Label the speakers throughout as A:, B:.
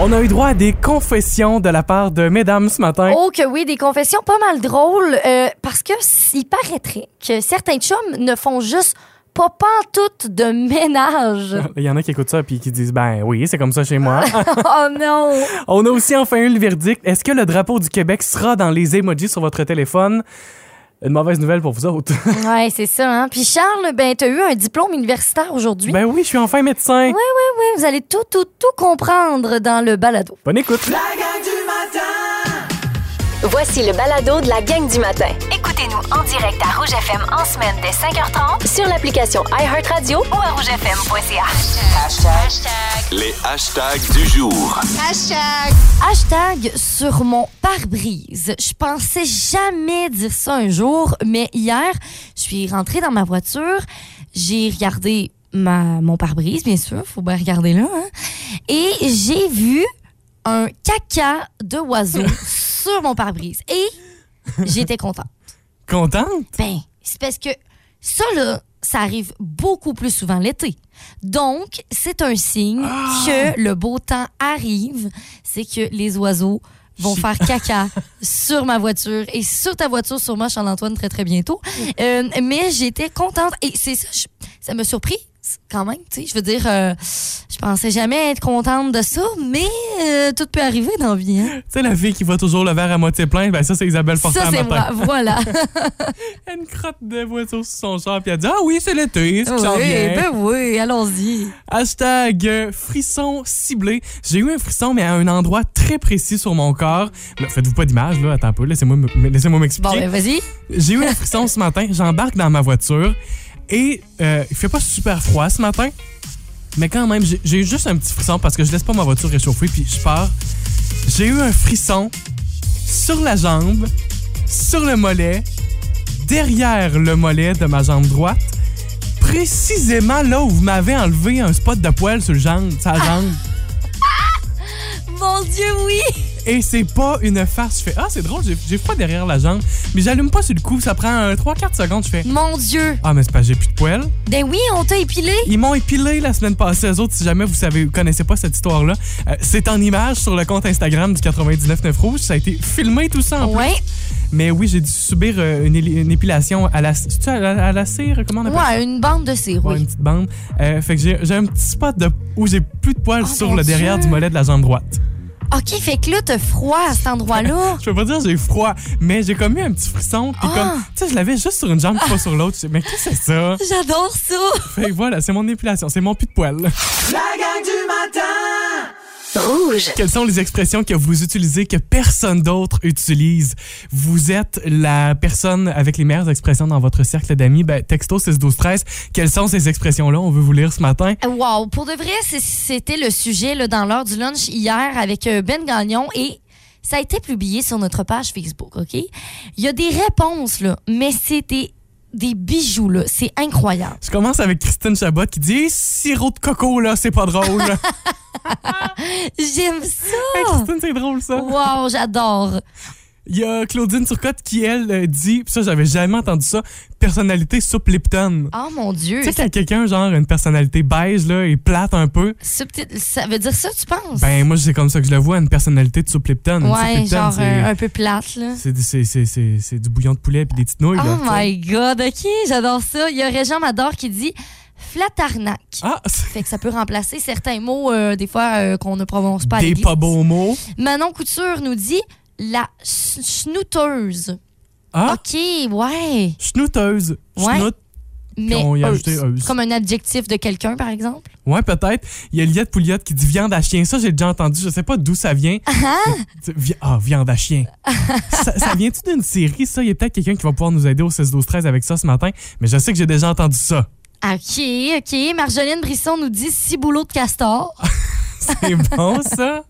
A: On a eu droit à des confessions de la part de mesdames ce matin.
B: Oh que oui, des confessions pas mal drôles euh, parce que il paraîtrait que certains chums ne font juste pas pantoute de ménage.
A: Il y en a qui écoutent ça puis qui disent ben oui, c'est comme ça chez moi.
B: oh non!
A: On a aussi enfin eu le verdict. Est-ce que le drapeau du Québec sera dans les emojis sur votre téléphone? Une mauvaise nouvelle pour vous autres.
B: Ouais, c'est ça. Hein? Puis Charles, ben t'as eu un diplôme universitaire aujourd'hui.
A: ben oui, je suis enfin médecin.
B: Oui, oui, oui, vous allez tout, tout, tout comprendre dans le balado.
A: Bonne écoute.
C: La gang du matin
D: Voici le balado de la gang du matin. Écoutez-nous en direct à Rouge FM en semaine dès 5h30 sur l'application iHeartRadio ou à rougefm.ca.
E: Les hashtags du jour.
B: Hashtag sur mon pare-brise. Je pensais jamais dire ça un jour, mais hier, je suis rentrée dans ma voiture, j'ai regardé ma, mon pare-brise, bien sûr, faut bien regarder là, hein, et j'ai vu un caca de oiseau sur mon pare-brise. Et j'étais contente.
A: Contente?
B: Ben, c'est parce que ça, là, ça arrive beaucoup plus souvent l'été. Donc, c'est un signe
A: Ah!
B: que le beau temps arrive. C'est que les oiseaux vont faire caca sur ma voiture et sur ta voiture, sur moi, Charles-Antoine, très, très bientôt. Euh, mais j'étais contente. Et c'est ça, je- ça m'a surprise quand même. tu sais. Je veux dire, euh, je pensais jamais être contente de ça, mais euh, tout peut arriver dans la vie. hein.
A: Tu sais, la fille qui voit toujours le verre à moitié plein, ben ça, c'est Isabelle Fortin
B: Ça,
A: à
B: c'est
A: matin.
B: moi. Voilà.
A: Elle a une crotte de oiseau sur son char, puis elle dit Ah oui, c'est l'été, c'est qui s'en
B: oui,
A: vient.
B: ben oui, allons-y.
A: Hashtag euh, frisson ciblé. J'ai eu un frisson, mais à un endroit très précis sur mon corps. Là, Faites-vous pas d'image, là, attends un peu, laissez-moi me- me- laissez-moi
B: Bon,
A: m'expliquer.
B: ben vas-y.
A: J'ai eu un frisson ce matin, j'embarque dans ma voiture et euh, il fait pas super froid ce matin, mais quand même, j'ai- j'ai eu juste un petit frisson parce que je laisse pas ma voiture réchauffer puis je pars. J'ai eu un frisson sur la jambe, sur le mollet, derrière le mollet de ma jambe droite, précisément là où vous m'avez enlevé un spot de poil sur le jambe, sa jambe.
B: Mon Dieu, oui!
A: Et c'est pas une farce. Je fais Ah, c'est drôle, j'ai- j'ai froid derrière la jambe, mais j'allume pas sur le coup. Ça prend un 3-4 secondes. Je fais
B: Mon Dieu!
A: Ah, mais c'est pas j'ai plus de poils.
B: Ben oui, on t'a épilé!
A: Ils m'ont épilé la semaine passée, eux autres, si jamais vous savez, vous connaissez pas cette histoire-là. Euh, c'est en image sur le compte Instagram du 99.9 Rouge. Ça a été filmé, tout ça, en plus.
B: Ouais,
A: Mais oui, j'ai dû subir euh, une, éli- une épilation à la, c'est-tu à la, à la cire, comment on appelle ça?
B: ouais, une bande de cire,
A: Ouais, une
B: oui.
A: petite bande. Euh, fait que j'ai j'ai un petit spot de, où j'ai plus de poils
B: Oh,
A: sur
B: mon
A: le derrière
B: Dieu.
A: du mollet de la jambe droite.
B: OK, fait que là, t'as froid à cet endroit-là.
A: Je peux pas dire j'ai froid, mais j'ai comme eu un petit frisson. Puis
B: Ah.
A: comme, tu sais, je l'avais juste sur une jambe, pas sur l'autre. Je sais, Mais qu'est-ce que c'est ça?
B: J'adore ça!
A: Fait que voilà, c'est mon épilation, c'est mon plus de poils.
C: La gang du matin
D: Rouge.
A: Quelles sont les expressions que vous utilisez que personne d'autre utilise? Vous êtes la personne avec les meilleures expressions dans votre cercle d'amis. Ben, texto 6 12 13. Quelles sont ces expressions-là? On veut vous lire ce matin.
B: Wow, pour de vrai, c'est- c'était le sujet là, dans l'heure du lunch hier avec euh, Ben Gagnon et ça a été publié sur notre page Facebook, OK? Il y a des réponses, là, mais c'est des, des bijoux, là. C'est incroyable.
A: Je commence avec Christine Chabot qui dit sirop de coco là, c'est pas drôle.
B: J'aime
A: Hey,
B: ça!
A: Christine, c'est drôle ça.
B: Wow, j'adore.
A: Il y a Claudine Turcotte qui elle euh, dit, pis ça j'avais jamais entendu ça, personnalité soupe Lipton.
B: Oh mon Dieu.
A: Tu sais quand quelqu'un genre une personnalité beige là et plate un peu,
B: Subtil- Ça veut dire ça, tu penses?
A: ben moi c'est comme ça que je le vois, une personnalité de soupe Lipton. Une soupe
B: ouais,
A: Lipton,
B: genre euh,
A: c'est-
B: un, un peu plate, là.
A: C'est du, c'est- c'est- c'est- c'est du bouillon de poulet puis des petites nouilles. là,
B: Oh
A: tu sais.
B: my God, OK, j'adore ça. Il y a Régent Mador qui dit flatarnac.
A: Ah, c'est
B: Fait que ça peut remplacer certains mots, euh, des fois, euh, qu'on ne prononce pas à
A: des
B: l'église.
A: pas beaux mots.
B: Manon Couture nous dit la ch- chnouteuse.
A: Ah,
B: OK, ouais.
A: schnouteuse.
B: Ouais.
A: Schnout.
B: Mais
A: on y a
B: euse.
A: ajouté euse.
B: Comme un adjectif de quelqu'un, par exemple.
A: Ouais, peut-être. Il y a Liette Pouliotte qui dit viande à chien. Ça, j'ai déjà entendu. Je sais pas d'où ça vient.
B: Ah,
A: Tu- vi- Ah, viande à chien. ça, ça vient-tu d'une série, ça? Il y a peut-être quelqu'un qui va pouvoir nous aider au 16-12-13 avec ça ce matin. Mais je sais que j'ai déjà entendu ça.
B: OK, OK. Marjolaine Brisson nous dit ciboulot de castor.
A: C'est bon, ça?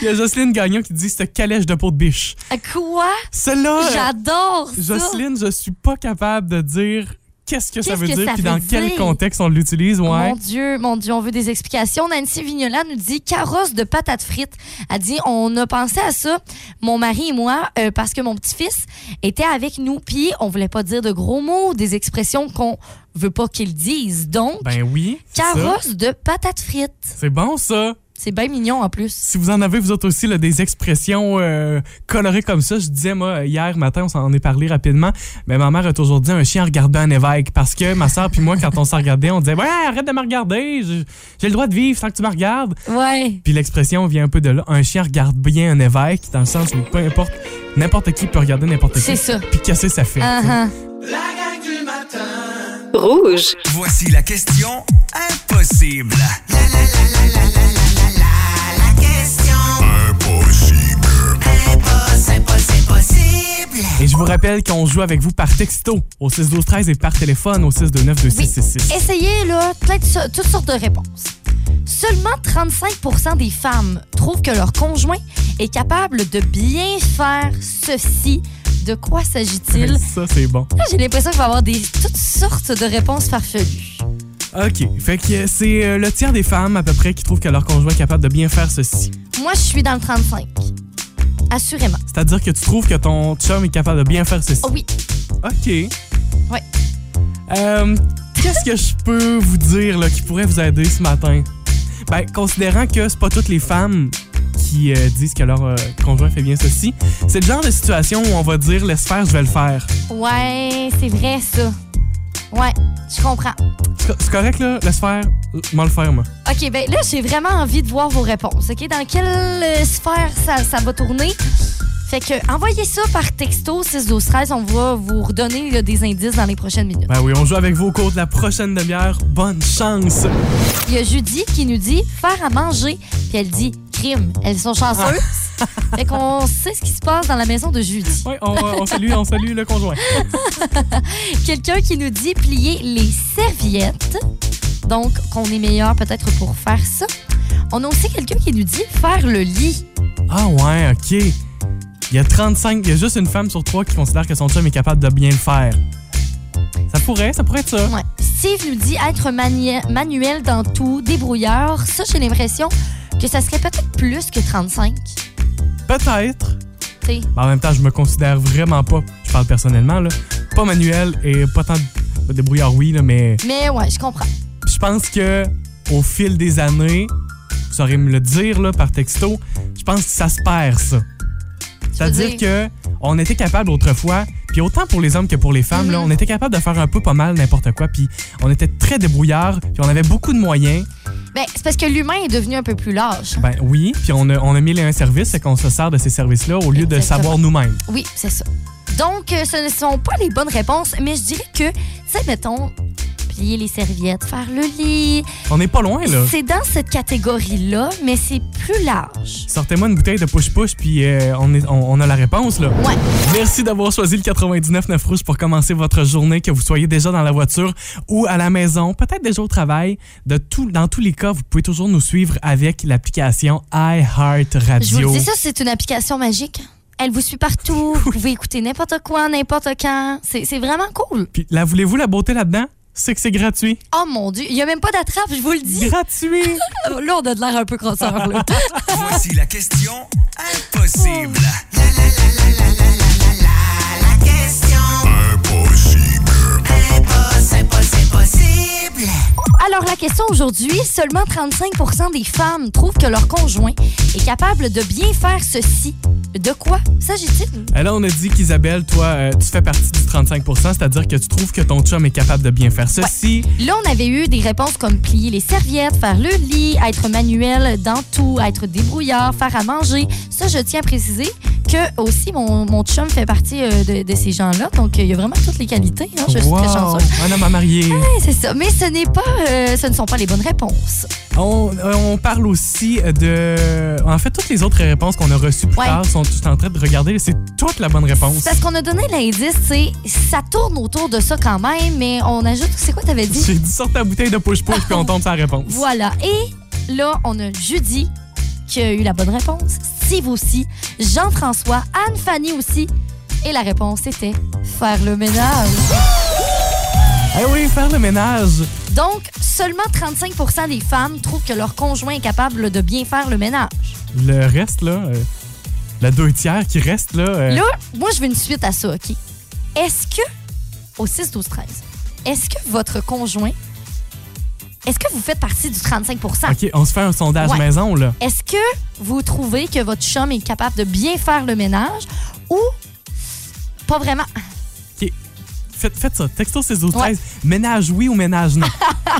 A: Il y a Jocelyne Gagnon qui dit ce calèche de peau de biche.
B: Quoi?
A: Celle-là,
B: J'adore ça.
A: Jocelyne, Ah. je suis pas capable de dire qu'est-ce que ça
B: Qu'est-ce
A: veut
B: que
A: dire
B: ça
A: puis
B: veut
A: dans quel
B: dire?
A: contexte on l'utilise. Ouais.
B: Mon Dieu, mon Dieu, on veut des explications. Nancy Vignola nous dit carrosse de patates frites. Elle dit on a pensé à ça, mon mari et moi, euh, parce que mon petit-fils était avec nous, puis on voulait pas dire de gros mots, des expressions qu'on veut pas qu'il dise. Donc,
A: Ben oui. c'est ça.
B: carrosse de patates frites.
A: C'est bon, ça.
B: C'est bien mignon en plus.
A: Si vous en avez, vous autres aussi, là, des expressions euh, colorées comme ça, je disais, moi, hier matin, on s'en est parlé rapidement, mais ma mère a toujours dit un chien en regardant un évêque. Parce que ma soeur puis moi, quand on s'en regardait, on disait, ouais, arrête de me regarder, je- j'ai le droit de vivre sans que tu me regardes.
B: Ouais.
A: Puis l'expression vient un peu de là. Un chien regarde bien un évêque, dans le sens où peu importe, n'importe qui peut regarder n'importe qui.
B: C'est ça.
A: Puis qu'est-ce que ça fait? tu sais.
B: Ah, ah.
C: La gang du matin.
D: Rouge.
F: Voici la question impossible.
A: Et je vous rappelle qu'on joue avec vous par texto au 612-13 et par téléphone au 629-2666.
B: Essayez, là, peut-être so- toutes sortes de réponses. Seulement 35 des femmes trouvent que leur conjoint est capable de bien faire ceci. De quoi s'agit-il?
A: Ça, c'est bon.
B: Là, j'ai l'impression qu'il va y avoir des, toutes sortes de réponses farfelues.
A: OK. Fait que c'est euh, le tiers des femmes, à peu près, qui trouvent que leur conjoint est capable de bien faire ceci.
B: Moi, je suis dans le 35. Assurément.
A: C'est-à-dire que tu trouves que ton chum est capable de bien faire ceci.
B: Oh oui.
A: OK.
B: Ouais.
A: Euh, Qu'est-ce que je peux vous dire là, qui pourrait vous aider ce matin? Ben, considérant que c'est pas toutes les femmes qui euh, disent que leur euh, conjoint fait bien ceci, c'est le genre de situation où on va dire laisse faire, je vais le faire.
B: Ouais, c'est vrai, ça. Ouais, je comprends.
A: C'est co- c'est correct là, laisse faire, m'en le faire moi.
B: OK, ben là, j'ai vraiment envie de voir vos réponses. OK? Dans quelle euh, sphère ça, ça va tourner? Fait que, envoyez ça par texto 6 12 13 On va vous redonner là, des indices dans les prochaines minutes.
A: Ben oui, on joue avec vous au cours de la prochaine demi-heure. Bonne chance!
B: Il y a Judy qui nous dit faire à manger, puis elle dit crime. Elles sont chanceuses. fait qu'on sait ce qui se passe dans la maison de Judy.
A: Oui, on, euh, on salue, on salue le conjoint.
B: Quelqu'un qui nous dit plier les serviettes. Donc, qu'on est meilleur peut-être pour faire ça. On a aussi quelqu'un qui nous dit faire le lit.
A: Ah ouais, ok. Il y a 35, il y a juste une femme sur trois qui considère que son chum est capable de bien le faire. Ça pourrait, ça pourrait être ça.
B: Ouais. Steve nous dit être manie- manuel dans tout, débrouilleur. Ça, j'ai l'impression que ça serait peut-être plus que 35.
A: Peut-être.
B: T'sais.
A: Mais en même temps, je me considère vraiment pas, je parle personnellement, là, pas manuel et pas tant de débrouillard, oui, là, mais
B: Mais ouais, je comprends.
A: je pense que au fil des années, vous saurez me le dire là, par texto, je pense que ça se perd, ça. C'est-à-dire
B: dire-
A: que on était capable autrefois, puis autant pour les hommes que pour les femmes, là,
B: Mhm.
A: on était capable de faire un peu pas mal n'importe quoi, puis on était très débrouillard, puis on avait beaucoup de moyens.
B: Ben, c'est parce que l'humain est devenu un peu plus lâche.
A: Ben oui, puis on a, on a mis les un service, c'est qu'on se sert de ces services-là au lieu de
B: Exactement.
A: savoir nous-mêmes.
B: Oui, c'est ça. Donc, euh, ce ne sont pas les bonnes réponses, mais je dirais que, tu sais, mettons, plier les serviettes, faire le lit,
A: On n'est pas loin, là.
B: c'est dans cette catégorie-là, mais c'est plus large.
A: Sortez-moi une bouteille de push-push, puis euh, on, est- on- on a la réponse, là.
B: Ouais.
A: Merci d'avoir choisi le 99.9 Rouge pour commencer votre journée, que vous soyez déjà dans la voiture ou à la maison, peut-être déjà au travail. De tout, dans tous les cas, vous pouvez toujours nous suivre avec l'application
B: Je vous
A: iHeartRadio.
B: le dis, ça, c'est une application magique. Elle vous suit partout. Vous pouvez écouter n'importe quoi, n'importe quand. C'est c'est vraiment cool.
A: Puis, la voulez-vous la beauté là-dedans? C'est que c'est gratuit.
B: Oh mon Dieu, il n'y a même pas d'attrape, je vous le dis.
A: Gratuit!
B: Là, on a de l'air un peu crosseur. là.
F: Voici la question impossible.
B: Alors, la question aujourd'hui, seulement 35 des femmes trouvent que leur conjoint est capable de bien faire ceci. De quoi s'agit-il?
A: Euh, Là, on a dit qu'Isabelle, toi, euh, tu fais partie du 35 c'est-à-dire que tu trouves que ton chum est capable de bien faire ceci.
B: Là, on avait eu des réponses comme plier les serviettes, faire le lit, être manuel dans tout, être débrouillard, faire à manger. Ça, je tiens à préciser que aussi mon, mon chum fait partie euh, de, de ces gens-là. Donc, euh, il y a vraiment toutes les qualités. hein. Je suis
A: Wow!
B: très chanceuse.
A: Un homme à marier.
B: Ouais, C'est ça. Mais ce, n'est pas, euh, ce ne sont pas les bonnes réponses.
A: On, euh, on parle aussi de. En fait, toutes les autres réponses qu'on a reçues plus
B: Ouais.
A: tard sont toutes en train de regarder. C'est toute la bonne réponse.
B: C'est Parce qu'on a donné l'indice, c'est ça tourne autour de ça quand même, mais on ajoute. C'est quoi t'avais dit?
A: J'ai dit sorte ta bouteille de push-push puis on tombe sur la réponse.
B: Voilà. Et là, on a Judy qui a eu la bonne réponse, Steve aussi, Jean-François, Anne-Fanny aussi. Et la réponse était faire le ménage.
A: Eh oui, faire le ménage.
B: Donc, seulement 35 des femmes trouvent que leur conjoint est capable de bien faire le ménage.
A: Le reste, là, euh, la deux tiers qui reste, là. euh,
B: Là, moi, je veux une suite à ça, OK? Est-ce que, au 6, 12, 13, est-ce que votre conjoint Est-ce que vous faites partie du 35
A: OK, on se fait un sondage
B: Ouais.
A: maison, là.
B: Est-ce que vous trouvez que votre chum est capable de bien faire le ménage ou pas vraiment?
A: Faites, faites ça. Texto 6 12
B: Ouais.
A: 13. Ménage oui ou ménage non.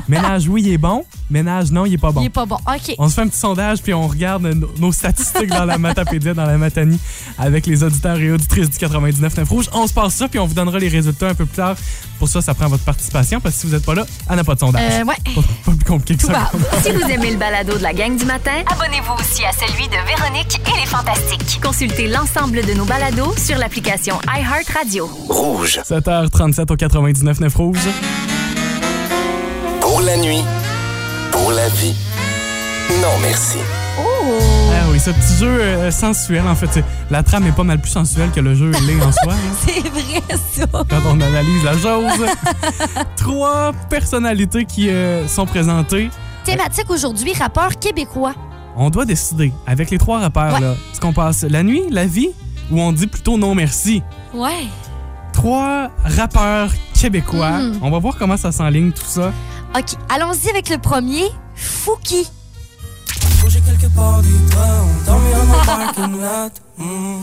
A: ménage oui, il est bon. Ménage non, il est pas bon.
B: Il est pas bon. OK.
A: On se fait un petit sondage, puis on regarde nos, nos statistiques dans la Matapédia, dans la Matanie, avec les auditeurs et auditrices du 99 Rouge. On se passe ça, puis on vous donnera les résultats un peu plus tard. Pour ça, ça prend votre participation, parce que si vous n'êtes pas là, on n'a pas de sondage.
B: Euh, ouais.
A: Pas, pas plus compliqué que
B: Tout
A: ça.
B: va.
D: Si vous aimez le balado de la gang du matin,
G: Abonnez-vous aussi à celui de Véronique et les Fantastiques.
D: consultez l'ensemble de nos balados sur l'application iHeartRadio.
E: Rouge.
A: 7h37 au 99 Rouge.
E: Pour la nuit. Pour la vie. Non, merci.
A: Ah oui, ce petit jeu euh, sensuel, en fait. c'est- La trame est pas mal plus sensuelle que le jeu l'est en soi. hein.
B: C'est vrai, ça.
A: quand on analyse la chose. Trois personnalités qui euh, sont présentées.
B: Thématique aujourd'hui, rappeur québécois.
A: On doit décider, avec les trois rappeurs,
B: Ouais.
A: là, ce qu'on passe la nuit, la vie, ou on dit plutôt non merci.
B: Ouais.
A: Trois rappeurs québécois.
B: Mhm.
A: On va voir comment ça s'enligne tout ça.
B: OK. Allons-y avec le premier, Fouki.
H: Bouger quelque part du town, dormir dans un parking lot. Mm.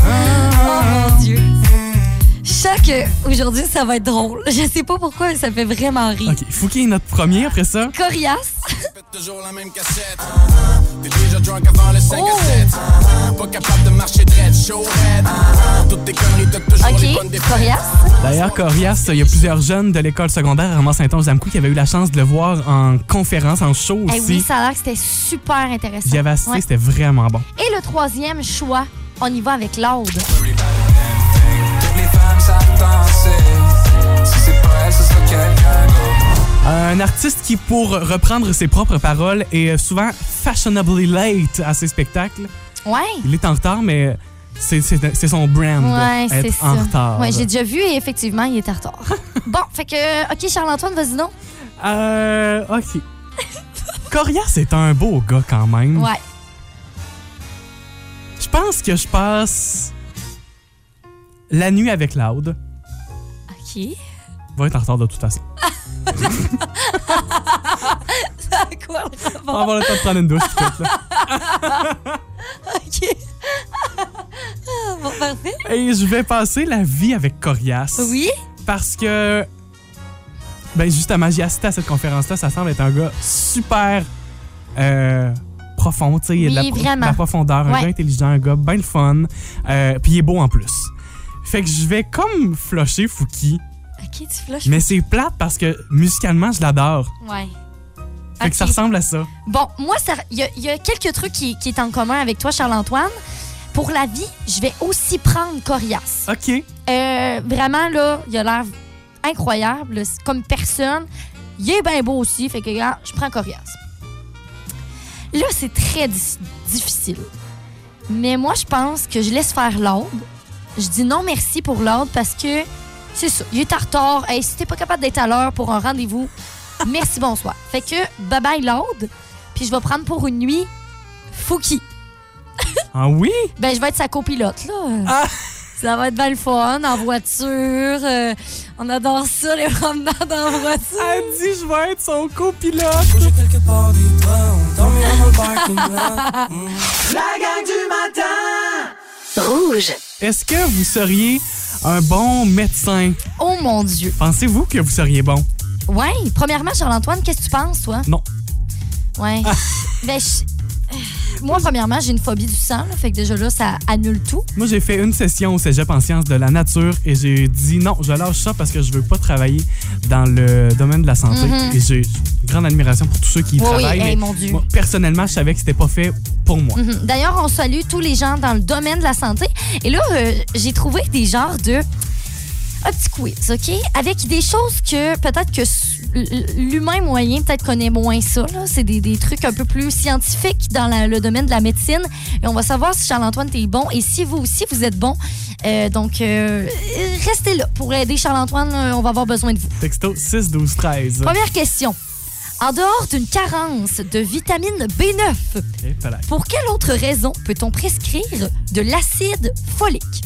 B: Oh mon Dieu. Chaque euh, aujourd'hui, ça va être drôle. Je sais pas pourquoi, mais ça fait vraiment rire.
A: OK, Fouki est notre premier après ça.
B: Coriace.
I: Toujours la même cassette. Uh-huh. T'es déjà drunk avant le 5
B: Oh.
I: à 7. Pas capable de marcher dread, show head. Toutes tes conneries, t'as toujours les bonnes
B: Uh-huh. OK.
I: défaites.
B: Coriace.
A: D'ailleurs, Corias, il y a plusieurs jeunes de l'école secondaire à saint ange qui avaient eu la chance de le voir en conférence, en show
B: Eh
A: aussi.
B: oui, ça a l'air que c'était super intéressant.
A: J'y avais assisté,
B: Ouais.
A: c'était vraiment bon.
B: Et le troisième choix, on y va avec l'aude.
H: Toutes les femmes savent danser. Si c'est pas elle, ce sera quelqu'un d'autre.
A: Un artiste qui, pour reprendre ses propres paroles, est souvent fashionably late à ses spectacles.
B: Ouais.
A: Il est en retard, mais c'est c'est- c'est son brand,
B: Ouais, c'est
A: être
B: ça.
A: en retard.
B: Ouais, j'ai déjà vu et effectivement, il est en retard. bon, fait que, euh, OK, Charles-Antoine, vas-y donc.
A: Euh, OK. Coria, c'est un beau gars quand même.
B: Ouais.
A: Je pense que je passe la nuit avec Loud.
B: OK.
A: Va être en retard de toute façon.
B: Quoi, le rapport?
A: On va avoir le temps de prendre une douche. puis tout, là.
B: OK. bon, parfait.
A: Et je vais passer la vie avec Corias.
B: Oui.
A: parce que ben justement j'ai assisté à cette conférence là ça semble être un gars super euh, profond tu sais il y a de la,
B: Oui,
A: pro-
B: vraiment.
A: de la profondeur un
B: Ouais.
A: gars intelligent un gars bien le fun euh, puis il est beau en plus fait que je vais comme flusher Fouki
B: OK, tu flushes.
A: mais c'est plate parce que musicalement je l'adore
B: Ouais.
A: fait que ça
B: Ok.
A: ressemble à ça
B: Bon, moi, ça- il y, a- il y a quelques trucs qui, qui est en commun avec toi, Charles-Antoine. Pour la vie, je vais aussi prendre Corias.
A: ok
B: Euh, vraiment, là, il a l'air incroyable C'est comme personne. Il est bien beau aussi, fait que, regarde, je prends Corias. Là, c'est très dis- difficile. Mais moi, je pense que je laisse faire l'ordre. Je dis non merci pour l'ordre parce que, c'est ça, il est en retard. Hey, si t'es pas capable d'être à l'heure pour un rendez-vous, merci, bonsoir. Fait que, bye-bye l'ordre. Puis je vais prendre pour une nuit Fouki.
A: ah oui
B: Ben, je vais être sa copilote, là. Ça va être bien le fun, en voiture. euh, on adore ça, les promenades en voiture.
A: elle dit je vais être son copilote
H: Bouger quelque part du town, dormir dans un parking lot. Mm.
C: La gang du matin
D: Rouge.
A: est-ce que vous seriez un bon médecin
B: Oh mon Dieu.
A: pensez-vous que vous seriez bon
B: Ouais, premièrement, Charles-Antoine, qu'est-ce que tu penses, toi?
A: non
B: Ouais. Ben, je- Moi, premièrement, j'ai une phobie du sang, là, fait que déjà là, ça annule tout.
A: Moi, j'ai fait une session au cégep en sciences de la nature et j'ai dit non, je lâche ça parce que je veux pas travailler dans le domaine de la santé.
B: Mhm.
A: Et j'ai une grande admiration pour tous ceux qui y
B: Oui, oui,
A: travaillent.
B: hey,
A: mais
B: mon Dieu.
A: moi, personnellement, je savais que c'était pas fait pour moi.
B: Mhm. D'ailleurs, on salue tous les gens dans le domaine de la santé. Et là, euh, j'ai trouvé des genres de... Un petit quiz, OK? Avec des choses que peut-être que s- l- l'humain moyen peut-être connaît moins ça. là. C'est des, des trucs un peu plus scientifiques dans la- le domaine de la médecine. Et on va savoir si Charles-Antoine est bon et si vous aussi, vous êtes bon. Euh, donc, euh, restez là. Pour aider Charles-Antoine, euh, on va avoir besoin de vous.
A: Texto 6 12 13.
B: Première question. En dehors d'une carence de vitamine B9,
A: Et voilà.
B: pour quelle autre raison peut-on prescrire de l'acide folique?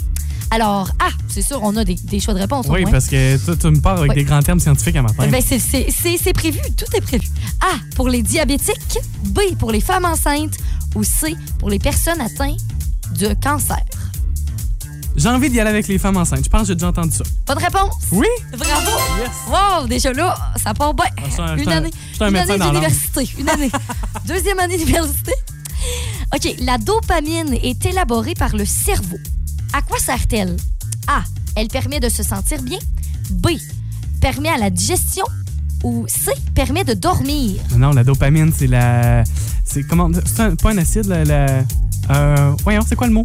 B: Alors, ah, c'est sûr, on a des, des choix de réponse.
A: Oui,
B: au moins.
A: parce que tu, tu me parles avec
B: Oui.
A: des grands termes scientifiques à matin.
B: Ben, c'est- c'est c'est- c'est prévu, tout est prévu. A pour les diabétiques, B pour les femmes enceintes ou C pour les personnes atteintes de cancer.
A: J'ai envie d'y aller avec les femmes enceintes. Je pense que j'ai déjà entendu ça.
B: Bonne réponse!
A: Oui?
B: Bravo!
A: Yes.
B: Wow, déjà là, ça part bien.
A: Ah, c'est un-
B: Une
A: c'est un-
B: année,
A: c'est un
B: une
A: médecin
B: année
A: dans l'âme.
B: d'université. Une année. Deuxième année d'université. OK, la dopamine est élaborée par le cerveau. À quoi sert-elle? A. Elle permet de se sentir bien. B. Permet à la digestion. Ou C. Permet de dormir.
A: Non, la dopamine, c'est la. C'est comment. C'est un- pas un acide, la. la- euh, voyons, c'est quoi le mot?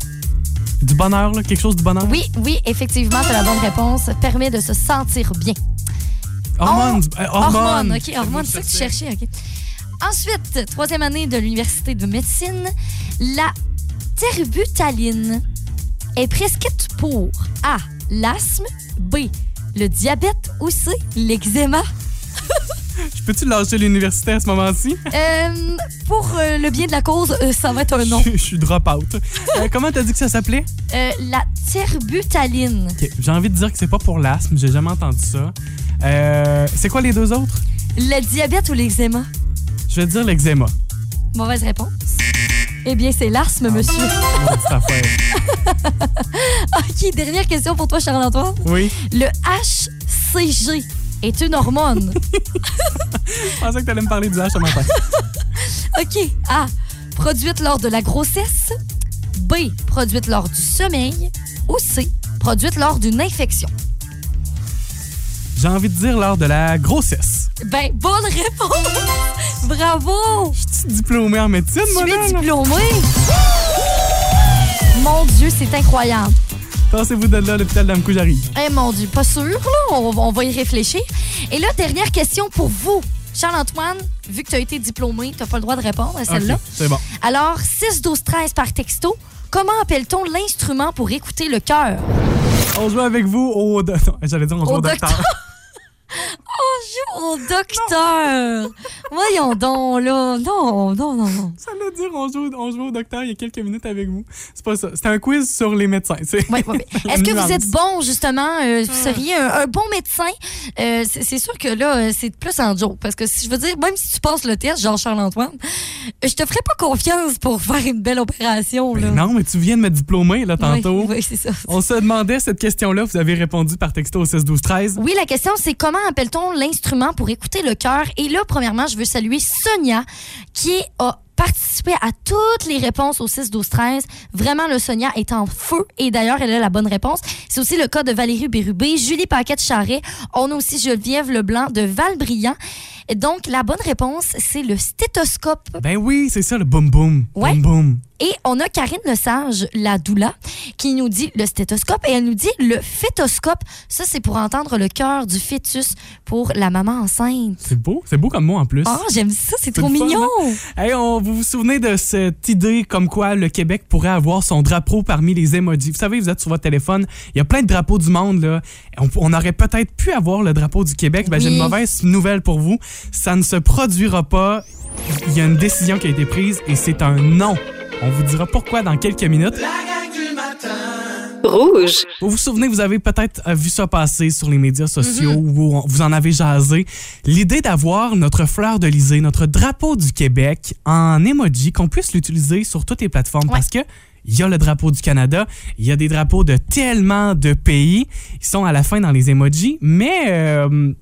A: Du bonheur, là? Quelque chose du bonheur?
B: Oui, oui, effectivement, c'est la bonne réponse. Permet de se sentir bien.
A: Hormone. du- euh, hormone.
B: Hormone, Oh! OK. Hormone,
A: Je
B: c'est ça que tu
A: cherchais.
B: cherchais, OK. Ensuite, troisième année de l'Université de médecine, la terbutaline est prescrite pour A, l'asthme, B, le diabète ou C, l'eczéma.
A: Je peux-tu lâcher l'université à ce moment-ci?
B: Euh, pour euh, le bien de la cause, euh, ça va être un nom.
A: Je, je suis drop-out. Euh, comment t'as dit que ça s'appelait?
B: Euh, la terbutaline,
A: Ok, J'ai envie de dire que c'est pas pour l'asthme, j'ai jamais entendu ça. Euh, c'est quoi les deux autres?
B: le diabète ou l'eczéma?
A: Je vais dire l'eczéma.
B: Mauvaise réponse. Eh bien, c'est l'asthme, monsieur.
A: Ah. Maudite affaire.
B: OK, dernière question pour toi, Charles-Antoine.
A: Oui.
B: Le HCG est une hormone.
A: Je pensais que t'allais me parler du H ce matin.
B: OK. A. Produite lors de la grossesse. B. Produite lors du sommeil. Ou C. Produite lors d'une infection.
A: J'ai envie de dire lors de la grossesse.
B: Ben, bonne réponse! Bravo!
A: Je suis diplômée en médecine, moi,
B: Tu
A: là,
B: es
A: là.
B: diplômé! Mon Dieu, c'est incroyable.
A: Pensez-vous de là, à l'hôpital d'Amcou, j'arrive.
B: Eh mon Dieu, pas sûr, là. On, on va y réfléchir. Et là, dernière question pour vous. Charles-Antoine, vu que tu as été diplômé, tu n'as pas le droit de répondre à celle-là.
A: Ok, C'est bon.
B: Alors, 6, 12, 13 par texto. Comment appelle-t-on l'instrument pour écouter le cœur?
A: On joue avec vous au. do- non, J'allais dire on joue
B: Au
A: au docteur.
B: On joue au docteur! Voyons donc, là. Non, non, non, non.
A: J'allais dire on joue, on joue au docteur il y a quelques minutes avec vous. C'est pas ça. C'est un quiz sur les médecins. c'est-
B: Ouais, ouais, ouais. Est-ce que
A: Nuance.
B: vous êtes bon, justement? euh, vous seriez un, un bon médecin? Euh, c'est c'est sûr que là, euh, c'est plus en joke. Parce que si je veux dire, même si tu passes le test, genre Charles-Antoine, euh, je te ferais pas confiance pour faire une belle opération.
A: Ben
B: là.
A: non, mais tu viens de me diplômer, là,
B: Oui,
A: tantôt.
B: oui, c'est ça.
A: On se demandait cette question-là. Vous avez répondu par texto au 16 12 13
B: Oui, la question, c'est comment appelle-t-on l'instrument pour écouter le cœur? Et là, premièrement, je veux saluer Sonia qui a participé à toutes les réponses au 6, 12, 13. Vraiment, le Sonia est en feu et d'ailleurs, elle a la bonne réponse. C'est aussi le cas de Valérie Bérubé, Julie Paquette-Charret. On a aussi Geneviève Leblanc de Valbriand. Et Donc, la bonne réponse, c'est le stéthoscope.
A: Ben oui, c'est ça, le boum boum.
B: Ouais.
A: Boum boum.
B: Et on a Karine Lesage, la doula, qui nous dit le stéthoscope et elle nous dit le fœtoscope. Ça, c'est pour entendre le cœur du fœtus pour la maman enceinte.
A: C'est beau. C'est beau comme mot en plus.
B: Oh, j'aime ça, c'est
A: C'est
B: trop
A: le fun, hein?
B: mignon.
A: Hey, on, vous vous souvenez de cette idée comme quoi le Québec pourrait avoir son drapeau parmi les emojis? Vous savez, vous êtes sur votre téléphone, il y a plein de drapeaux du monde. Là. On, on aurait peut-être pu avoir le drapeau du Québec. Ben, J'ai
B: Oui.
A: une mauvaise nouvelle pour vous. Ça ne se produira pas. Il y a une décision qui a été prise et c'est un non. On vous dira pourquoi dans quelques minutes.
D: Rouge.
A: Vous vous souvenez, vous avez peut-être euh, vu ça passer sur les médias sociaux ou on- vous en avez jasé. L'idée d'avoir notre fleur de lysée, notre drapeau du Québec en emoji, qu'on puisse l'utiliser sur toutes les plateformes parce que il y a le drapeau du Canada, il y a des drapeaux de tellement de pays. Ils sont à la fin dans les emojis, mais euh,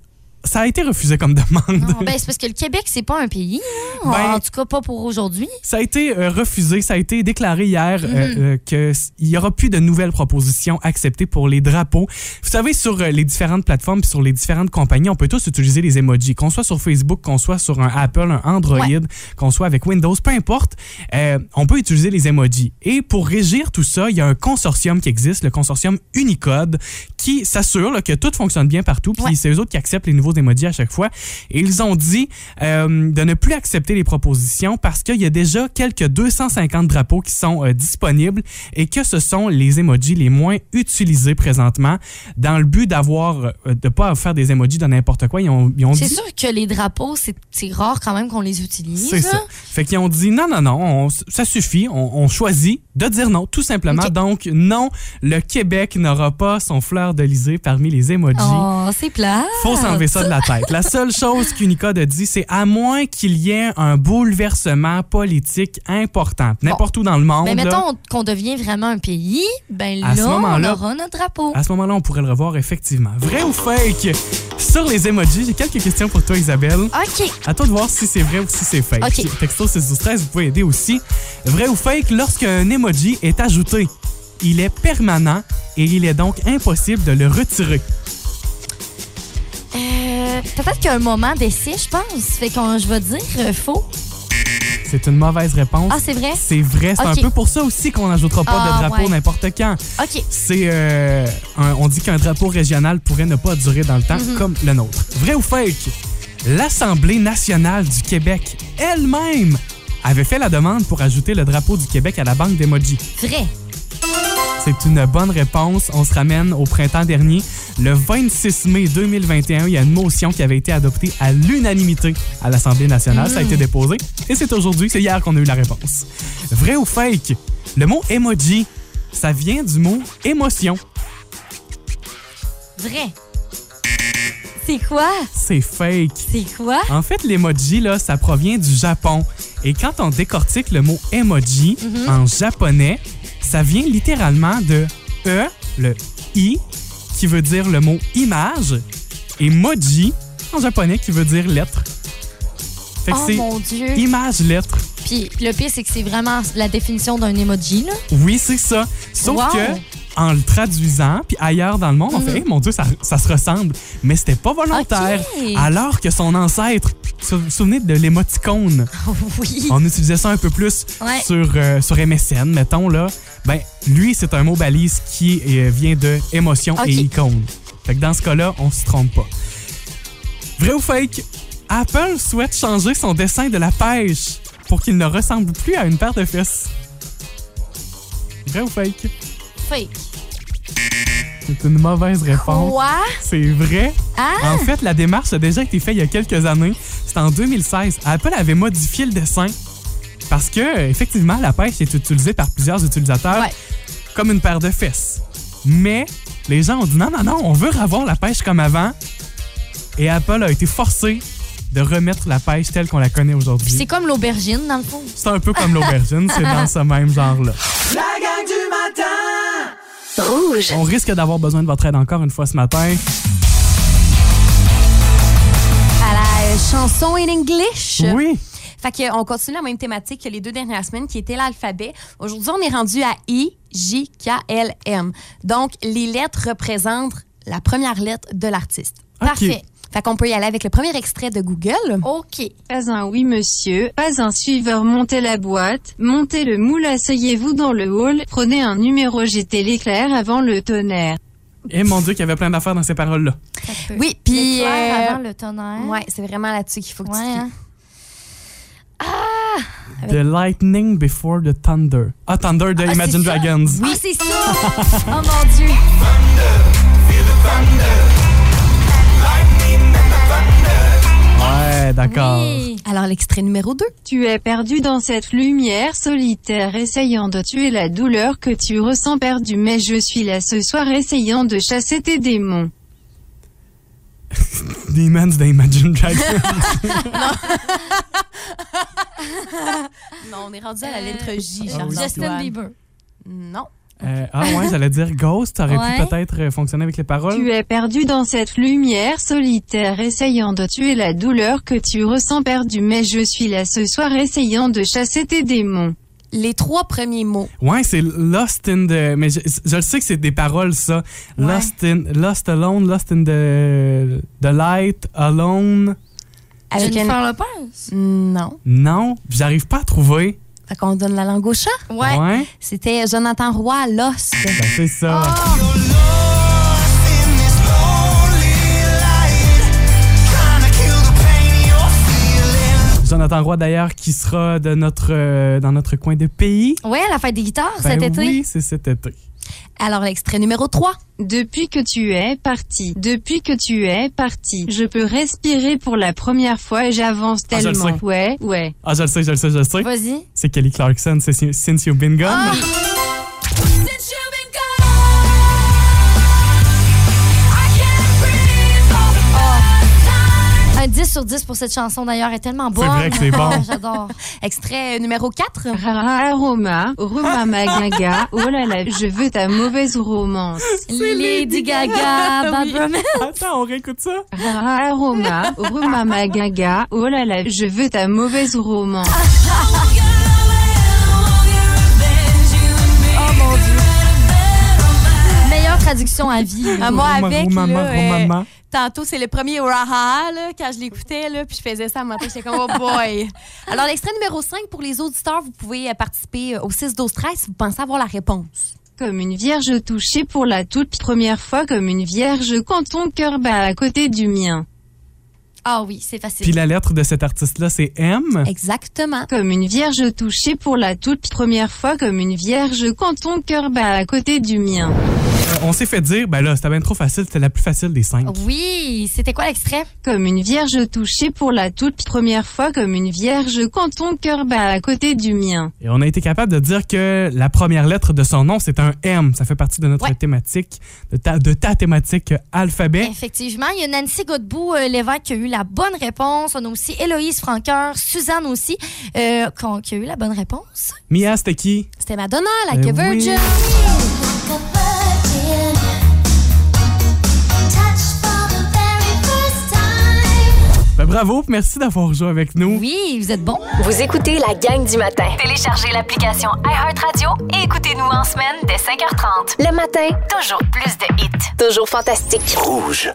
A: ça a été refusé comme demande.
B: Non, ben, c'est parce que le Québec, c'est pas un pays. hein.
A: Ben-
B: en tout cas, pas pour aujourd'hui.
A: Ça a été euh, refusé, ça a été déclaré hier euh, euh, que s- il y aura plus de nouvelles propositions acceptées pour les drapeaux. Vous savez sur euh, les différentes plateformes, puis sur les différentes compagnies, on peut tous utiliser les emojis, qu'on soit sur Facebook, qu'on soit sur un Apple, un Android,
B: Ouais.
A: qu'on soit avec Windows, peu importe, euh, on peut utiliser les emojis. Et pour régir tout ça, il y a un consortium qui existe, le consortium Unicode, qui s'assure là, que tout fonctionne bien partout, puis
B: Ouais.
A: c'est eux autres qui acceptent les nouveaux photos d'emoji à chaque fois. Et ils ont dit euh, de ne plus accepter les propositions parce qu'il y a déjà quelques 250 drapeaux qui sont euh, disponibles et que ce sont les emojis les moins utilisés présentement dans le but d'avoir euh, de pas faire des emojis de n'importe quoi. Ils ont, ils ont
B: C'est
A: dit-
B: sûr que les drapeaux, c'est c'est rare quand même qu'on les utilise.
A: c'est ça.
B: là.
A: Fait qu'ils ont dit non, non, non, on- ça suffit, on, on choisit de dire non, tout simplement.
B: Ok.
A: Donc, non, le Québec n'aura pas son fleur de lysée parmi les emojis.
B: Oh, c'est plat.
A: Faut s'enlever ça de la tête. La seule chose qu'Unicode a dit, c'est à moins qu'il y ait un bouleversement politique important, n'importe où dans le monde.
B: Mais
A: là,
B: Ben, mettons qu'on devient vraiment un pays, ben là,
A: À ce
B: on
A: moment-là-
B: aura notre drapeau.
A: à ce moment-là, on pourrait le revoir effectivement. Vrai ou fake? Sur les emojis, j'ai quelques questions pour toi, Isabelle.
B: OK.
A: À toi de voir si c'est vrai ou si c'est fake.
B: Ok.
A: Texto 613, vous pouvez aider aussi. Vrai ou fake, lorsqu'un emoji est ajouté, il est permanent et il est donc impossible de le retirer.
B: Euh, Peut-être qu'il y a un moment d'essai, je pense. Fait que je vais dire euh, faux.
A: C'est une mauvaise réponse.
B: Ah, c'est vrai?
A: c'est vrai, c'est
B: Ok.
A: un peu pour ça aussi qu'on n'ajoutera pas
B: Ah,
A: de drapeau
B: ouais.
A: n'importe quand.
B: OK.
A: C'est euh, un- on dit qu'un drapeau régional pourrait ne pas durer dans le temps
B: Mhm.
A: comme le nôtre. Vrai ou fake L'Assemblée nationale du Québec elle-même avait fait la demande pour ajouter le drapeau du Québec à la banque d'emoji.
B: Vrai.
A: C'est une bonne réponse. On se ramène au printemps dernier. Le 26 mai 2021, il y a une motion qui avait été adoptée à l'unanimité à l'Assemblée nationale. Ça a été déposé. Et c'est aujourd'hui, c'est hier qu'on a eu la réponse. Vrai ou fake? Le mot emoji, ça vient du mot émotion.
B: Vrai. C'est quoi?
A: C'est fake.
B: C'est quoi?
A: En fait, l'emoji, là, ça provient du Japon. Et quand on décortique le mot emoji
B: Mhm.
A: en japonais, ça vient littéralement de E, le I, qui veut dire le mot image, et moji, en japonais, qui veut dire lettre. Fait que
B: Oh
A: c'est
B: mon Dieu.
A: image-lettre.
B: Puis le pire, c'est que c'est vraiment la définition d'un emoji, là.
A: Oui, c'est ça. Sauf
B: Wow. Mhm.
A: que en le traduisant, puis ailleurs dans le monde, on fait Hey, mon Dieu, ça, ça se ressemble », mais c'était pas volontaire.
B: Ok.
A: Alors que son ancêtre, sou- vous vous souvenez de l'émoticône
B: oui.
A: On utilisait ça un peu plus
B: Ouais.
A: sur, euh, sur MSN, mettons là. Ben, lui, c'est un mot balise qui euh, vient de émotion
B: Ok.
A: et icône. Fait que dans ce cas-là, on se trompe pas. Vrai ou fake? Apple souhaite changer son dessin de la pêche pour qu'il ne ressemble plus à une paire de fesses. Vrai ou fake?
B: Fake.
A: C'est une mauvaise réponse.
B: Quoi?
A: C'est vrai.
B: Ah!
A: En fait, la démarche a déjà été faite il y a quelques années. C'était en 2016. Apple avait modifié le dessin parce que, euh, effectivement, la pêche est utilisée par plusieurs utilisateurs
B: Ouais.
A: comme une paire de fesses. Mais les gens ont dit non, non, non, on veut revoir la pêche comme avant. Et Apple a été forcé de remettre la pêche telle qu'on la connaît
B: Puis c'est
A: aujourd'hui.
B: comme l'aubergine, dans le fond.
A: C'est un peu comme l'aubergine, c'est dans ce même genre-là.
C: La gang du matin!
D: Rouge.
A: On risque d'avoir besoin de votre aide encore une fois ce matin.
J: à la euh, chanson in English.
A: Oui.
J: Fait que, euh, on continue la même thématique que les deux dernières semaines qui était l'alphabet. Aujourd'hui, on est rendu à I, J, K, L, M. Donc, les lettres représentent la première lettre de l'artiste.
A: OK.
J: Parfait. Fait qu'on peut y aller avec le premier extrait de Google.
B: OK.
K: Oh, Pas un oui monsieur, pas un suiveur, montez la boîte, montez le moule, asseyez-vous dans le hall, prenez un numéro, j'étais l'éclair avant le tonnerre.
A: Et mon Dieu, qu'il y avait plein d'affaires dans ces paroles-là.
J: Oui, puis...
B: L'éclair
J: euh,
B: avant le tonnerre.
J: Ouais, c'est vraiment là-dessus qu'il faut que
B: Ouais,
J: tu te fies.
B: hein.
A: The lightning before the thunder. Ah, Thunder de Imagine
B: c'est ça.
A: Dragons.
B: Oui, c'est ça. oh mon Dieu.
A: Ouais, d'accord.
B: Oui.
J: Alors, l'extrait numéro 2.
K: Tu es perdu dans cette lumière solitaire essayant de tuer la douleur que tu ressens perdu mais je suis là ce soir essayant de chasser tes démons.
A: Demons de Imagine Dragons.
J: Non, on est rendu à
K: Euh,
J: la lettre J,
A: Ah oui.
B: Justin Bieber.
J: Non.
A: Euh, ah ouais, j'allais dire Ghost. Ça aurait
B: Ouais.
A: pu peut-être euh, fonctionner avec les paroles.
K: Tu es perdu dans cette lumière solitaire essayant de tuer la douleur que tu ressens perdu mais je suis là ce soir essayant de chasser tes démons.
J: Les trois premiers mots.
A: Ouais, c'est Lost in the... Mais je, je le sais que c'est des paroles, ça.
J: Ouais.
A: Lost in... Lost alone, Lost in the... The light, alone...
J: Avec
B: Jennifer
J: un...
B: Lopez.
J: Non.
A: Non, j'arrive pas à trouver.
J: Fait qu'on donne la langue au chat.
B: Ouais.
J: C'était euh, Jonathan Roy, Lost.
A: Ben, c'est ça.
J: Ah.
F: You're lost in this lonely light.
A: Jonathan Roy, d'ailleurs, qui sera de notre, euh, dans notre coin de pays.
B: Oui, la fête des guitares
A: Ben
B: cet été.
A: Oui, c'est cet été.
J: Alors, l'extrait numéro 3.
K: Depuis que tu es parti, depuis que tu es parti, je peux respirer pour la première fois et j'avance
A: Ah, je le
K: tellement.
A: sais.
K: ouais, ouais.
A: Ah, je le sais, je le sais, je le sais.
B: Vas-y.
A: C'est Kelly Clarkson, c'est Sin- Since You've Been Gone.
J: Ah!
B: Un 10 sur 10 pour cette chanson, d'ailleurs, elle est tellement bonne.
A: vrai que c'est bon.
B: Ah, J'adore.
J: Extrait numéro 4.
K: Rara Roma, Roma Magaga, oh là là, je veux ta mauvaise romance.
B: Lady Gaga, Bad
A: Oui.
B: Romance.
A: Attends, on réécoute ça.
K: Rara Roma, Roma Magaga, oh là là, je veux ta mauvaise romance.
B: Oh mon Dieu. Meilleure traduction à vie.
J: Ah, moi,
A: Romain,
J: avec,
A: Romain,
J: là,
A: Romain,
J: euh,
A: Romain.
J: tantôt, c'est le premier Raha, Ah, là, quand je l'écoutais, là, puis je faisais ça à matin, j'étais comme, oh boy. Alors, l'extrait numéro 5, pour les auditeurs, vous pouvez euh, participer euh, au 6 12 13 si vous pensez avoir la réponse.
K: Comme une vierge touchée pour la toute première fois comme une vierge quand ton cœur bat à côté du mien.
B: Ah oui, c'est facile.
A: Puis la lettre de cet artiste-là, c'est M.
J: Exactement.
K: Comme une vierge touchée pour la toute première fois comme une vierge quand ton cœur bat à côté du mien.
A: Euh, on s'est fait dire, ben là, c'était bien trop facile, c'était la plus facile des cinq.
B: Oui, c'était quoi l'extrait?
K: Comme une vierge touchée pour la toute première fois comme une vierge quand ton cœur bat à côté du mien.
A: Et on a été capable de dire que la première lettre de son nom, c'est un M. Ça fait partie de notre
B: Ouais.
A: thématique, de ta, de ta thématique euh, alphabet.
B: Effectivement, il y a Nancy Godbout, euh, l'évêque, qui a eu la bonne réponse. On a aussi Héloïse Franqueur, Suzanne aussi, euh, qu'on- qui a eu la bonne réponse.
A: Mia, c'était qui?
J: C'était Madonna, Like
A: Ben
J: a
A: oui.
J: Virgin.
A: Ben, bravo, merci d'avoir joué avec nous.
B: Oui, vous êtes bon.
D: Vous écoutez la gang du matin.
G: Téléchargez l'application iHeartRadio et écoutez-nous en semaine dès 5h30.
D: Le matin,
G: Toujours plus de hits.
D: toujours fantastique.
E: Rouge.